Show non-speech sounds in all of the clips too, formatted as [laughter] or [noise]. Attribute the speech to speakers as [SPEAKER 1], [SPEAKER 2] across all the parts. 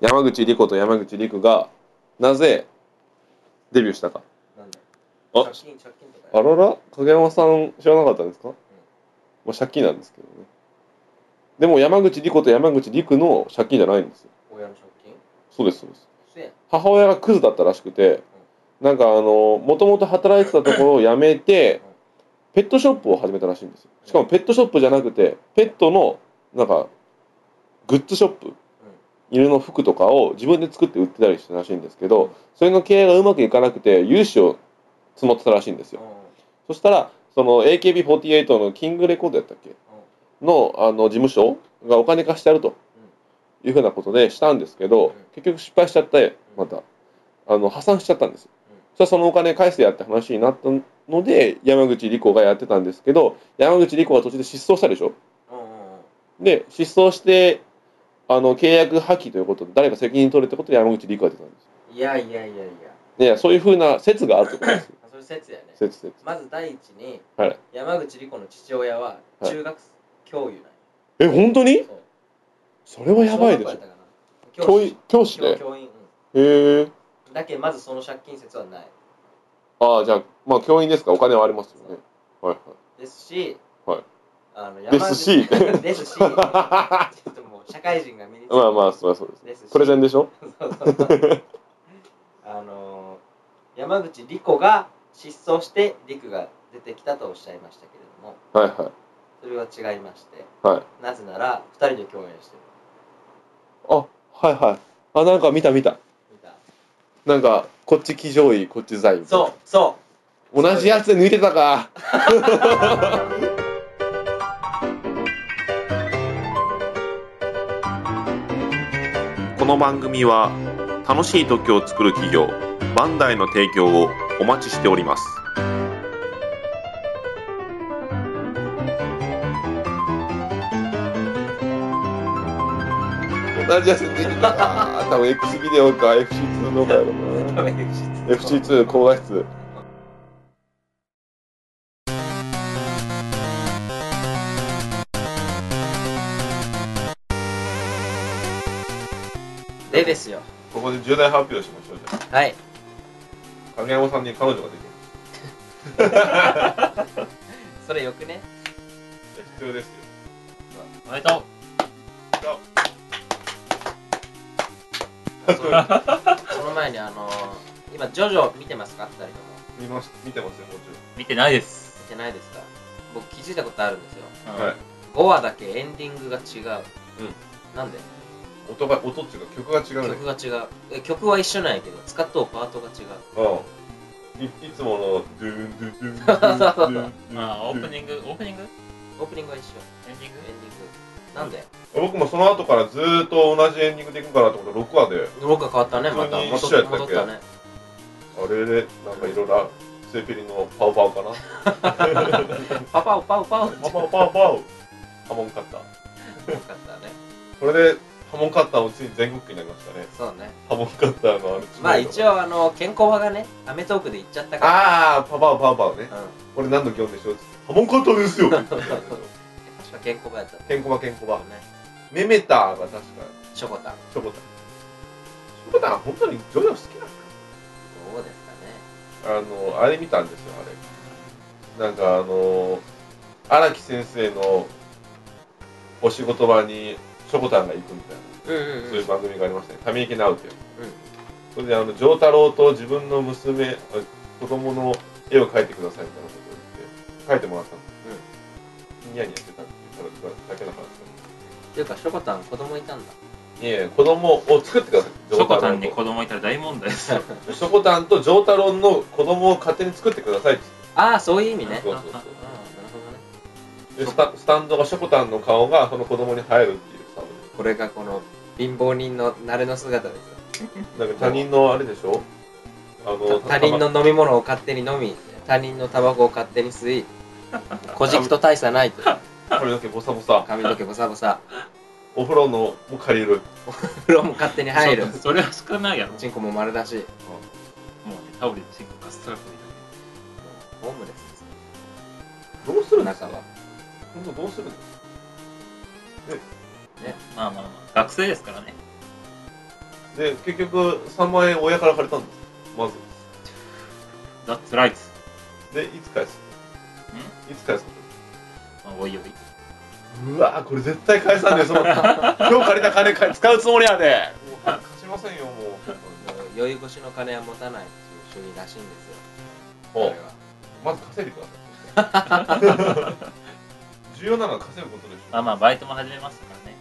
[SPEAKER 1] 山口莉子と山口陸がなぜデビューしたか
[SPEAKER 2] なんだ
[SPEAKER 1] あ
[SPEAKER 2] 借金借金とか
[SPEAKER 1] あ
[SPEAKER 2] や
[SPEAKER 1] らら影山さん知らなかったんですか、まあ、借金なんですけどねでも山口莉子と山口陸の借金じゃないんですよ
[SPEAKER 2] 親の借金
[SPEAKER 1] そうですそうです
[SPEAKER 2] そうやん
[SPEAKER 1] 母親がクズだったらしくてなんかあのもともと働いてたところを辞めてペットショップを始めたらしいんですよしかもペットショップじゃなくてペットのなんかグッズショップ犬の服とかを自分で作って売ってたりしてたらしいんですけどそれの経営がうまくいかなくて融資を募ってたらしいんですよ
[SPEAKER 2] うんうん
[SPEAKER 1] そしたら、その AKB48 のキングレコードやったっけのあの事務所がお金貸してやるというふうなことでしたんですけ
[SPEAKER 2] うん
[SPEAKER 1] ど、結局失敗しちゃって、また、あの破産しちゃったんですよ
[SPEAKER 2] うん。
[SPEAKER 1] そしたらそのお金返せやって話になったので、山口理子がやってたんですけど、山口理子が途中で失踪したでしょ。
[SPEAKER 2] うんうんうん
[SPEAKER 1] で、失踪して、あの契約破棄ということで、誰か責任取れってことで山口理子が出たんですよ。
[SPEAKER 2] いやいやいやいや
[SPEAKER 1] いや、そういうふうな説があるってことです
[SPEAKER 2] [laughs]
[SPEAKER 1] よ。
[SPEAKER 2] あそれ説やね
[SPEAKER 1] 説説。
[SPEAKER 2] まず第一に、
[SPEAKER 1] はい
[SPEAKER 2] 山口莉子の父親は
[SPEAKER 1] はい
[SPEAKER 2] 中学教諭なんよ
[SPEAKER 1] え、本当に
[SPEAKER 2] そう
[SPEAKER 1] それはやばいでし
[SPEAKER 2] 小
[SPEAKER 1] ょ
[SPEAKER 2] 学校。やったかな
[SPEAKER 1] 教師教師
[SPEAKER 2] 教
[SPEAKER 1] で。
[SPEAKER 2] 教員、
[SPEAKER 1] へえ。
[SPEAKER 2] うん、だけまずその借金説はない
[SPEAKER 1] ああ、じゃあ、まあ、教員ですからお金はありますよね。はい
[SPEAKER 2] ですし、
[SPEAKER 1] はい
[SPEAKER 2] あの
[SPEAKER 1] ですし
[SPEAKER 2] [laughs] ですしちょっ
[SPEAKER 1] は
[SPEAKER 2] ともう社会人が身につ
[SPEAKER 1] [laughs]
[SPEAKER 2] い
[SPEAKER 1] い。まあまあ、そうそうです。
[SPEAKER 2] ですし
[SPEAKER 1] プレゼンでしょ
[SPEAKER 2] そうそうそう [laughs] あのー山口莉子が失踪して陸が出てきたとおっしゃいましたけれども
[SPEAKER 1] はいはい。
[SPEAKER 2] それは違いまして、
[SPEAKER 1] は
[SPEAKER 2] なぜなら2人で共演してる
[SPEAKER 1] あ、はいはい。あ、なんか見た見た。
[SPEAKER 2] みたいな
[SPEAKER 1] なんか、こっち騎乗位、こっち座位。。
[SPEAKER 2] そうそう
[SPEAKER 1] 同じやつで抜いてたか。この番組は、楽しい時を作る企業、バンダイの提供をお待ちしております。同じやつ抜いてたか。多分 X ビデオか FC2 のかやろな。
[SPEAKER 2] う FC2
[SPEAKER 1] FC2 高画質
[SPEAKER 2] でですよ
[SPEAKER 1] ここで重大発表しましょうじゃ
[SPEAKER 2] はい
[SPEAKER 1] あ影山さんに彼女ができる
[SPEAKER 2] それよくね
[SPEAKER 1] いや必要ですよ
[SPEAKER 2] おめでとう [laughs] その前にあのー、今ジョジョ見てますか2人とも
[SPEAKER 1] 見ます見てますよもち
[SPEAKER 3] 見てないです
[SPEAKER 2] 見てないですか僕気づいたことあるんですよ
[SPEAKER 3] うん
[SPEAKER 1] はい
[SPEAKER 2] 5話だけエンディングが違う、なんで
[SPEAKER 1] ろん音が音っていうか曲が違うね
[SPEAKER 2] 曲が違うえ曲は一緒なんやけど使っとうパートが違う
[SPEAKER 1] うんいいつものドゥンドゥンドゥンドゥンドゥンドゥン
[SPEAKER 3] あーオープニングオープニング
[SPEAKER 2] オープニングは一緒
[SPEAKER 3] エンディ
[SPEAKER 2] エンディン
[SPEAKER 3] ング
[SPEAKER 2] グなんで
[SPEAKER 1] 僕もその後からずーっと同じエンディングでいくんかなと思って6話で
[SPEAKER 2] ロッが変わったねまた
[SPEAKER 1] 普通に一緒やっ
[SPEAKER 2] 戻っ
[SPEAKER 1] たたっけ
[SPEAKER 2] 戻ったね
[SPEAKER 1] あれでなんかいろいろセペリのパウパウかな
[SPEAKER 2] パパオパオパオって
[SPEAKER 1] パウパウパウパウハモンカッター
[SPEAKER 2] 多かったね
[SPEAKER 1] これでハモンカッターもついに全国区になりましたね
[SPEAKER 2] そうね
[SPEAKER 1] ハモンカッターのある
[SPEAKER 2] まあ一応あの健康派がね『アメトーク』で言っちゃったから
[SPEAKER 1] ああパパパパね
[SPEAKER 2] うん
[SPEAKER 1] これ何の業務でしょうってハモンカッターですよって言ったんだけど
[SPEAKER 2] 確か [laughs] 健康派やったね
[SPEAKER 1] ケンコバケンコバ
[SPEAKER 2] ね
[SPEAKER 1] メメターが確か
[SPEAKER 2] しょこたん
[SPEAKER 1] ショコタンショコタン本当にジョジョ好きな
[SPEAKER 2] どうですかね
[SPEAKER 1] のあのあれ見たんですよあれなんかあの荒木先生のお仕事場にショコタンが行くみたいな
[SPEAKER 2] うん
[SPEAKER 1] そういう番組がありましたね「ため池直樹」って
[SPEAKER 2] うん
[SPEAKER 1] それであの丈太郎と自分の娘あ子供の絵を描いてくださいみたいなことを言って描いてもらったのニヤニヤしてたっていうだけだからですよ
[SPEAKER 2] っていうかしょこたん子供いたんだ [laughs]
[SPEAKER 1] いえいえ子供を作ってください。
[SPEAKER 3] ショコタンに
[SPEAKER 1] ジョー
[SPEAKER 3] 子供いたら大問題ですよ
[SPEAKER 1] タロと。ショコタンとジョータロンの子供を勝手に作ってくださいって
[SPEAKER 2] ああそういう意味ね
[SPEAKER 1] そうそう
[SPEAKER 2] ああなるほどね
[SPEAKER 1] そうでスタ。スタンドがショコタンの顔がその子供に入るっていうスタンド
[SPEAKER 2] これがこの貧乏人の慣れの姿ですよ
[SPEAKER 1] です。なんか他人のあれでしょあの
[SPEAKER 2] 他人の飲み物を勝手に飲み他人のタバコを勝手に吸
[SPEAKER 1] [laughs]
[SPEAKER 2] い小じと大差ないと
[SPEAKER 1] 髪の毛ボサボサ。
[SPEAKER 2] 髪の毛ボサボサ
[SPEAKER 1] お風呂のも借りる。
[SPEAKER 2] 風呂も勝手に入る
[SPEAKER 3] そそれは少ないやろもう
[SPEAKER 2] チンコも丸だし
[SPEAKER 3] ねタオルでチンコかストラップで
[SPEAKER 2] ホームレス
[SPEAKER 1] どうするんです
[SPEAKER 2] 中
[SPEAKER 1] か
[SPEAKER 2] は
[SPEAKER 1] 本当どうするんですか
[SPEAKER 3] まあまあまあ学生ですからね
[SPEAKER 1] で結局3万円親から借りたんですまず
[SPEAKER 3] That's right.
[SPEAKER 1] でいつ返すいつ返す
[SPEAKER 3] まあ、おいおい。
[SPEAKER 1] うわーこれ絶対返さんねえその今日借りた金か使うつもりやでもう貸しませんよも
[SPEAKER 2] 酔い越しの金は持たないっていう主義らしいんですよ
[SPEAKER 1] う
[SPEAKER 2] 彼
[SPEAKER 1] も
[SPEAKER 2] は
[SPEAKER 1] うまず稼いでください
[SPEAKER 3] [laughs]
[SPEAKER 1] 重要なのは稼ぐことでしょ
[SPEAKER 3] まあまあ、バイトも始めますからね。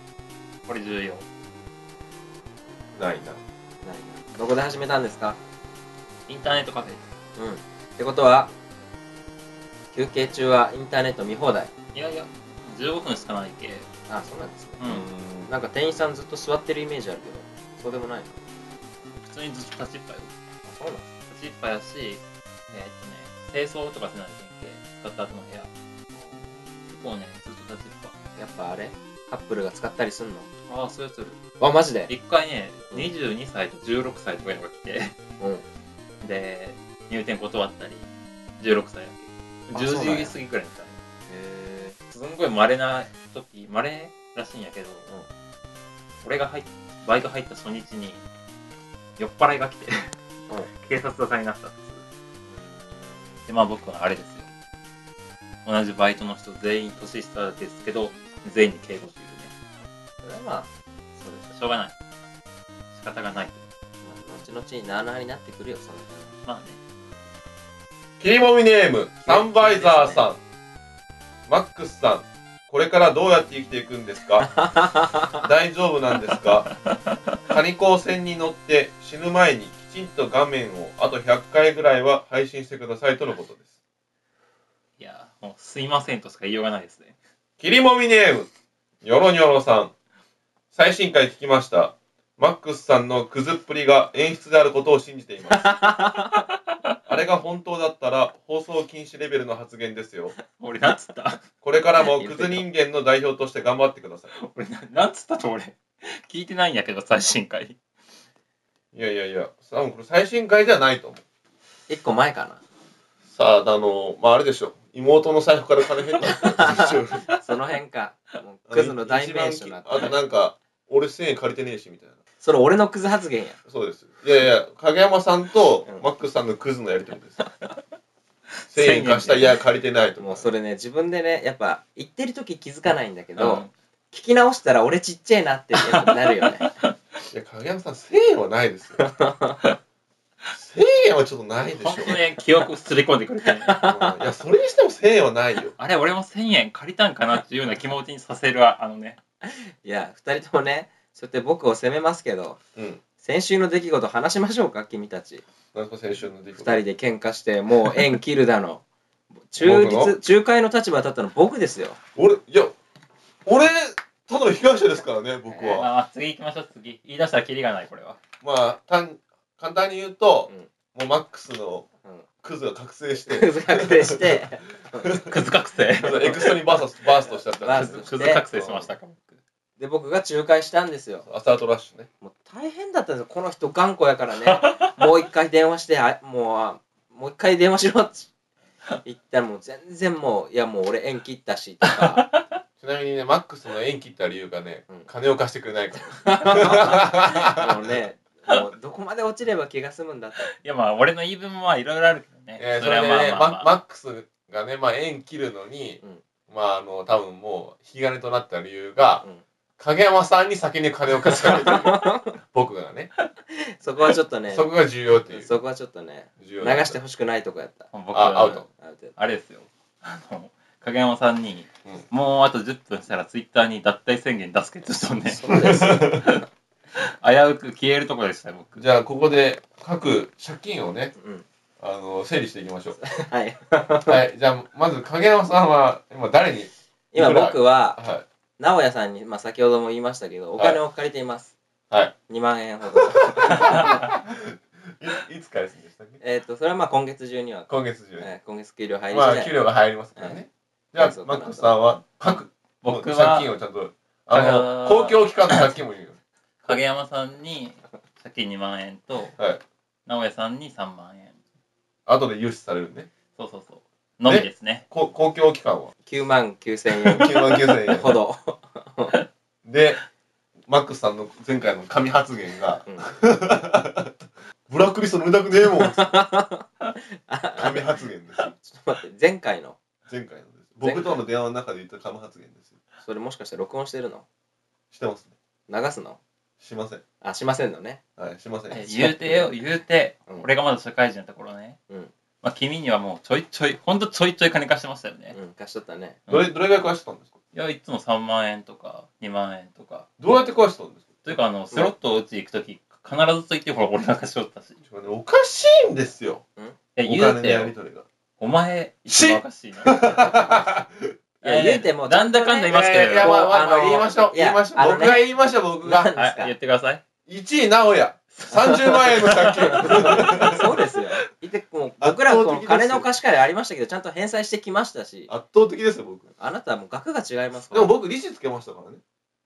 [SPEAKER 3] これ重要。
[SPEAKER 1] ないな
[SPEAKER 2] ないなどこで始めたんですか
[SPEAKER 3] インターネットカフェ。
[SPEAKER 2] うんってことは休憩中はインターネット見放題
[SPEAKER 3] いやいや、15分しかないけ。
[SPEAKER 2] あそうなんですね
[SPEAKER 3] うん。
[SPEAKER 1] う
[SPEAKER 2] なんか店員さんずっと座ってるイメージあるけどそうでもない
[SPEAKER 3] 普通にずっと立ちっぱいよ。
[SPEAKER 2] そうなん
[SPEAKER 3] 立ちっぱいだし、えーっとね、清掃とかせないといけんけ。使った後の部屋。結構ね、ずっと立ちっ
[SPEAKER 2] やっぱあれカップルが使ったりすんの
[SPEAKER 3] ぱ。ああ、それそれ。
[SPEAKER 2] あマジで
[SPEAKER 3] 一回ね、22歳と16歳とかいうのが来て、 [laughs]
[SPEAKER 2] うん
[SPEAKER 3] で、入店断ったり、16歳だ
[SPEAKER 2] あ
[SPEAKER 3] け。
[SPEAKER 2] そうなん
[SPEAKER 3] 10
[SPEAKER 2] や
[SPEAKER 3] 時過ぎくらいに来たね。
[SPEAKER 2] へ
[SPEAKER 3] すんごい稀な時、稀らしいんやけど、俺が入っバイト入った初日に、酔っ払いが来て、警察沙汰になったんです。で、まあ僕はあれですよ。同じバイトの人全員年下ですけど、全員に敬語というね。
[SPEAKER 2] それはまあ
[SPEAKER 3] そうです。しょうがない。仕方がないとい
[SPEAKER 2] まあ後々になあなあになってくるよその
[SPEAKER 3] う。まあね。
[SPEAKER 1] 切りもみネームサンバイザーさん、マックスさんこれからどうやって生きていくんですか
[SPEAKER 3] [laughs]
[SPEAKER 1] 大丈夫なんですかカニコ船に乗って死ぬ前にきちんと画面をあと100回ぐらいは配信してくださいとのことです
[SPEAKER 3] いやー、もうすいませんとしか言いようがないですね。
[SPEAKER 1] 切りもみネームニョロニョロさん最新回聞きましたマックスさんのクズっぷりが演出であることを信じています [laughs] あれが本当だったら放送禁止レベルの発言ですよ
[SPEAKER 3] 俺なんつった
[SPEAKER 1] これからもクズ人間の代表として頑張ってくださ
[SPEAKER 3] 俺ななんつったと俺。聞いてないんやけど、最新回。
[SPEAKER 1] い。いやいやいや、多分これ最新回ではないと思う。
[SPEAKER 2] 1個前か
[SPEAKER 1] さあ、あの、まああれでしょ。妹の財布から金減った [laughs] んですよ
[SPEAKER 2] なその辺かもうクズの代名詞にな
[SPEAKER 1] あ
[SPEAKER 2] っ
[SPEAKER 1] と
[SPEAKER 2] て
[SPEAKER 1] なんか、俺1000円借りてねえしみたいな。
[SPEAKER 2] それ俺のクズ発言や
[SPEAKER 1] そうです。いやいや、影山さんと
[SPEAKER 2] うん
[SPEAKER 1] マックスさんのクズのやりとり
[SPEAKER 2] [laughs]
[SPEAKER 1] です。1000円貸した、いや、借りてないとか。
[SPEAKER 2] もうそれね自分でねやっぱ言ってる時気づかないんだけど、
[SPEAKER 3] うん
[SPEAKER 2] 聞き直したら俺ちっちゃいなってやっぱなるよね
[SPEAKER 1] いや、影山さん1000円はない
[SPEAKER 2] [laughs]
[SPEAKER 1] ですよ。1000円はちょっとないでしょ。
[SPEAKER 3] 本当ね、記憶をすり込んでくれてね。
[SPEAKER 1] うんいや、それにしても1000円はないよ。
[SPEAKER 3] [laughs] あれ、俺も1000円借りたんかなっていうような気持ちにさせるわ、あのね。
[SPEAKER 2] いや2人ともねそうやって僕を責めますけど
[SPEAKER 1] うん。
[SPEAKER 2] 先週の出来事話しましょうか君たち
[SPEAKER 1] なんか先週の出来
[SPEAKER 2] 2
[SPEAKER 1] 事。
[SPEAKER 2] 人で喧嘩してもう縁切るだの中
[SPEAKER 1] 僕の
[SPEAKER 2] 立仲介の立場だったの僕ですよ
[SPEAKER 1] 俺、いや、俺、ただの被害者ですからね、僕
[SPEAKER 2] えー
[SPEAKER 1] は。
[SPEAKER 3] まあ、次行きましょう、次。言い出したらキリがない、これは。
[SPEAKER 1] まあ、単簡単に言うと、もうマックスの
[SPEAKER 2] うん
[SPEAKER 1] クズが覚醒して、
[SPEAKER 2] クズ確定して
[SPEAKER 3] クズ覚醒。
[SPEAKER 1] エクストリームバーサスバーストしちゃっ
[SPEAKER 2] バ
[SPEAKER 1] た
[SPEAKER 2] ー
[SPEAKER 3] ク
[SPEAKER 2] ス
[SPEAKER 3] ズ
[SPEAKER 2] ト
[SPEAKER 1] ん
[SPEAKER 3] クズ覚醒しましたか。
[SPEAKER 2] で僕が仲介したんですよ
[SPEAKER 1] アスタートラッシュね。
[SPEAKER 2] もう大変だったんですよこの人頑固やからねもう一回電話してあもうあもう一回電話しろって言ったらもう全然もういやもう俺縁切ったしとか
[SPEAKER 1] ちなみにね、マックスの縁切った理由がね、
[SPEAKER 2] うん
[SPEAKER 1] 金を貸してくれないから。
[SPEAKER 2] [laughs] もうねもうどこまで落ちれば気が済むんだと
[SPEAKER 3] いや、まあ、俺の言い分もまあ、いろいろあるけどね。
[SPEAKER 1] えーそれで
[SPEAKER 3] まあ
[SPEAKER 1] ね、
[SPEAKER 3] まあま
[SPEAKER 1] マ
[SPEAKER 3] あ
[SPEAKER 1] マックスがね、まあ、縁切るのに、
[SPEAKER 2] うん
[SPEAKER 1] まあ、あの、多分もう、引き金となった理由が、
[SPEAKER 2] うん
[SPEAKER 1] 影山さんに先に金を貸してくれてる
[SPEAKER 2] [laughs]
[SPEAKER 1] 僕がね、
[SPEAKER 2] そこはちょっとね
[SPEAKER 1] そこが重要っていう。
[SPEAKER 2] そこはちょっとね
[SPEAKER 1] 重
[SPEAKER 2] 流
[SPEAKER 1] 要だった
[SPEAKER 2] してほしくないとこやった
[SPEAKER 3] 僕
[SPEAKER 1] あアウト
[SPEAKER 2] あで
[SPEAKER 3] あれですよ。あの、影山さんに、
[SPEAKER 1] うん
[SPEAKER 3] もうあと10分したらツイッターに脱退宣言出すけど、ちょっ
[SPEAKER 1] [laughs]
[SPEAKER 3] とね、
[SPEAKER 2] そうです
[SPEAKER 3] 危うく消えるとこでしたよ、僕。
[SPEAKER 1] じゃあここで各借金をね
[SPEAKER 2] うん
[SPEAKER 1] あの整理していきましょう
[SPEAKER 2] はい
[SPEAKER 1] はいじゃあまず影山さんは今誰に
[SPEAKER 2] 今僕は
[SPEAKER 1] は
[SPEAKER 2] 直哉さんに、まあ、先ほども言いましたけどお金を借りています、
[SPEAKER 1] い、は
[SPEAKER 2] 2万円ほど [laughs]
[SPEAKER 1] い、いいつ返すんでしたっけ
[SPEAKER 2] えっとそれはまあ今月中には、
[SPEAKER 1] 今月中に、
[SPEAKER 2] えー今月給料入り
[SPEAKER 1] ま
[SPEAKER 2] 次
[SPEAKER 1] あ
[SPEAKER 2] 第
[SPEAKER 1] 給料が入りますからね、じゃあマックスさんは各
[SPEAKER 3] 僕
[SPEAKER 1] 借金
[SPEAKER 3] は、
[SPEAKER 1] をちゃんとあ
[SPEAKER 3] あ
[SPEAKER 1] の
[SPEAKER 3] のー
[SPEAKER 1] 公共機関の借金もいいよ [laughs]
[SPEAKER 3] 影山さんに、借金2万円と、
[SPEAKER 1] はい
[SPEAKER 3] 直哉さんに3万円。
[SPEAKER 1] 後で融資されるね
[SPEAKER 3] そうそうそう。のみですね。
[SPEAKER 1] こ公共機関は
[SPEAKER 2] 9万9千円
[SPEAKER 1] 9万9000円
[SPEAKER 2] ほど。
[SPEAKER 1] [laughs] でマックスさんの前回の神発言が、
[SPEAKER 2] うん
[SPEAKER 1] [laughs] ブラックリスト飲みたくねえもんっつって
[SPEAKER 2] あ
[SPEAKER 1] 神発言ですよ
[SPEAKER 2] ちょっと待って前回の
[SPEAKER 1] 前回のです僕との電話の中で言った神発言ですよ
[SPEAKER 2] それもしかして録音してるの
[SPEAKER 1] してますね
[SPEAKER 2] 流すの
[SPEAKER 1] しません
[SPEAKER 2] あしませんのね
[SPEAKER 1] はいしません
[SPEAKER 3] え言うてよ言うて、
[SPEAKER 2] うん
[SPEAKER 3] 俺がまだ社会人のところね、
[SPEAKER 2] うん
[SPEAKER 3] まあ、君にはもうちょいちょいほんとちょいちょい金貸してましたよね、
[SPEAKER 2] うん貸しとったね
[SPEAKER 1] どれどれぐらい壊してたんですか
[SPEAKER 3] いやいつも3万円とか2万円とか
[SPEAKER 1] どうやって壊してたんですか
[SPEAKER 3] というかあのスロットを打ち行く時必ずついてほら俺が貸しとったしい
[SPEAKER 1] ちょっとねおかしいんですよ
[SPEAKER 3] や
[SPEAKER 1] お
[SPEAKER 3] 言
[SPEAKER 1] 金
[SPEAKER 3] う
[SPEAKER 1] の
[SPEAKER 3] て
[SPEAKER 1] や
[SPEAKER 3] よ
[SPEAKER 1] り取りが
[SPEAKER 3] お前一番おか
[SPEAKER 1] [laughs]
[SPEAKER 3] しいな
[SPEAKER 2] いや言うても
[SPEAKER 3] なんだかんだ言いますけど、
[SPEAKER 1] えーいやまあまあま
[SPEAKER 2] あ
[SPEAKER 1] あ
[SPEAKER 2] の
[SPEAKER 1] 言いましょう
[SPEAKER 2] いや
[SPEAKER 1] 言いましょう
[SPEAKER 2] あのね
[SPEAKER 1] 僕が言いましょう僕
[SPEAKER 2] な
[SPEAKER 1] が
[SPEAKER 2] ん
[SPEAKER 3] は
[SPEAKER 2] で
[SPEAKER 3] い
[SPEAKER 2] すか
[SPEAKER 3] 言ってください
[SPEAKER 1] 1位直哉30万円の借
[SPEAKER 2] [laughs]
[SPEAKER 1] 金
[SPEAKER 2] そうですよ。いてもう僕ら
[SPEAKER 1] 圧倒的です
[SPEAKER 2] はこ
[SPEAKER 1] よ
[SPEAKER 2] の金の貸し借りありましたけど、ちゃんと返済してきましたし、
[SPEAKER 1] 圧倒的ですよ僕
[SPEAKER 2] あなたはもう額が違いますか
[SPEAKER 1] で
[SPEAKER 2] ら。
[SPEAKER 1] も僕利子つけましたからね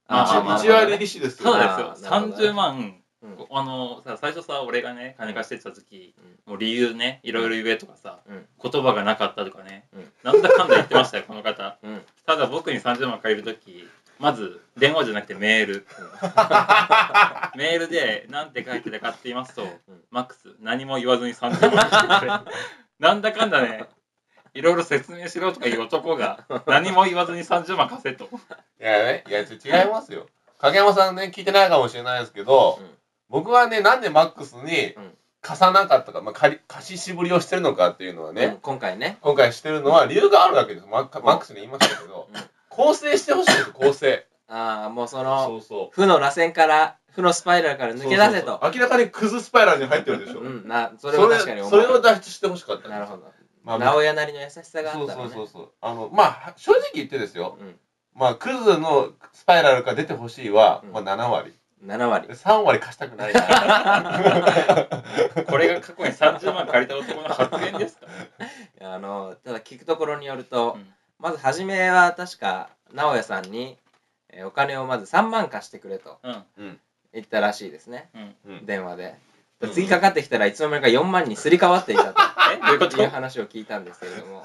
[SPEAKER 3] あー
[SPEAKER 1] 一
[SPEAKER 3] まあまあ
[SPEAKER 1] 一割利子です
[SPEAKER 3] そ
[SPEAKER 1] よ
[SPEAKER 3] うで
[SPEAKER 2] だ
[SPEAKER 3] すよ
[SPEAKER 2] あ。ーなるほどね
[SPEAKER 3] 30万、
[SPEAKER 2] うん
[SPEAKER 3] こあのさ、最初さ、俺がね、金貸してた時、もう理由ね、いろいろ言えとかさ、
[SPEAKER 2] うん
[SPEAKER 3] 言葉がなかったとかね、
[SPEAKER 2] うん
[SPEAKER 3] なんだかんだ言ってましたよ、この方。
[SPEAKER 2] うん
[SPEAKER 3] ただ僕に30万借りる時、まず電話じゃなくてメール。メールで、なんて書いてたかって言いますと、マックス、何も言わずに30万貸してくれ。なんだかんだね、いろいろ説明しろとかいう男が、何も言わずに30万貸せ
[SPEAKER 2] [laughs]
[SPEAKER 3] と。
[SPEAKER 1] いやね、いや、ち違いますよ。影山さんね、聞いてないかもしれないですけど、
[SPEAKER 2] うん
[SPEAKER 1] 僕はね、なんでマックスに
[SPEAKER 2] うん
[SPEAKER 1] 貸さなかったか、まあ、借り貸し渋りをしてるのかっていうのはね、
[SPEAKER 2] うん今回ね。
[SPEAKER 1] 今回してるのは理由があるわけです。マックマックスに言いましたけど、
[SPEAKER 2] うん
[SPEAKER 1] 構成してほしいんですよ、構成。
[SPEAKER 2] ああ、もうそ
[SPEAKER 1] そ
[SPEAKER 2] の、
[SPEAKER 1] うそう。
[SPEAKER 2] 負の螺旋から、負のスパイラルから抜け出せ
[SPEAKER 1] そう
[SPEAKER 2] と。
[SPEAKER 1] そうそう明らかにクズスパイラルに入ってるでしょ。
[SPEAKER 2] うん、な、そ
[SPEAKER 1] そ
[SPEAKER 2] れは確かに
[SPEAKER 1] れ
[SPEAKER 2] 思う。
[SPEAKER 1] それを脱出してほしかったんです
[SPEAKER 2] なるほど。
[SPEAKER 1] まあ、
[SPEAKER 2] 直屋なりの優しさがあ
[SPEAKER 1] そ
[SPEAKER 2] っ
[SPEAKER 1] う
[SPEAKER 2] た
[SPEAKER 1] そ
[SPEAKER 2] の
[SPEAKER 1] う
[SPEAKER 2] ね。
[SPEAKER 1] そうそう。あの、まあ、正直言ってですよ。
[SPEAKER 2] うん
[SPEAKER 1] まあ、クズのスパイラルから出てほしいは、
[SPEAKER 2] うん
[SPEAKER 1] まあ、7割。
[SPEAKER 2] 7割。
[SPEAKER 1] 3割貸したく [laughs] ないな。
[SPEAKER 3] これが過去に30万借りた男の発言ですか、
[SPEAKER 2] あの、ただ聞くところによると
[SPEAKER 3] うん、
[SPEAKER 2] まず初めは確か、直屋さんに、えーお金をまず3万貸してくれと
[SPEAKER 3] うん
[SPEAKER 2] 言ったらしいですね。
[SPEAKER 3] うん、
[SPEAKER 1] うん
[SPEAKER 2] 電話で。
[SPEAKER 1] うん
[SPEAKER 2] 次かかってきたらいつの間にか4万にすり替わっていた
[SPEAKER 3] えどういうこと
[SPEAKER 2] という話を聞いたんですけれども、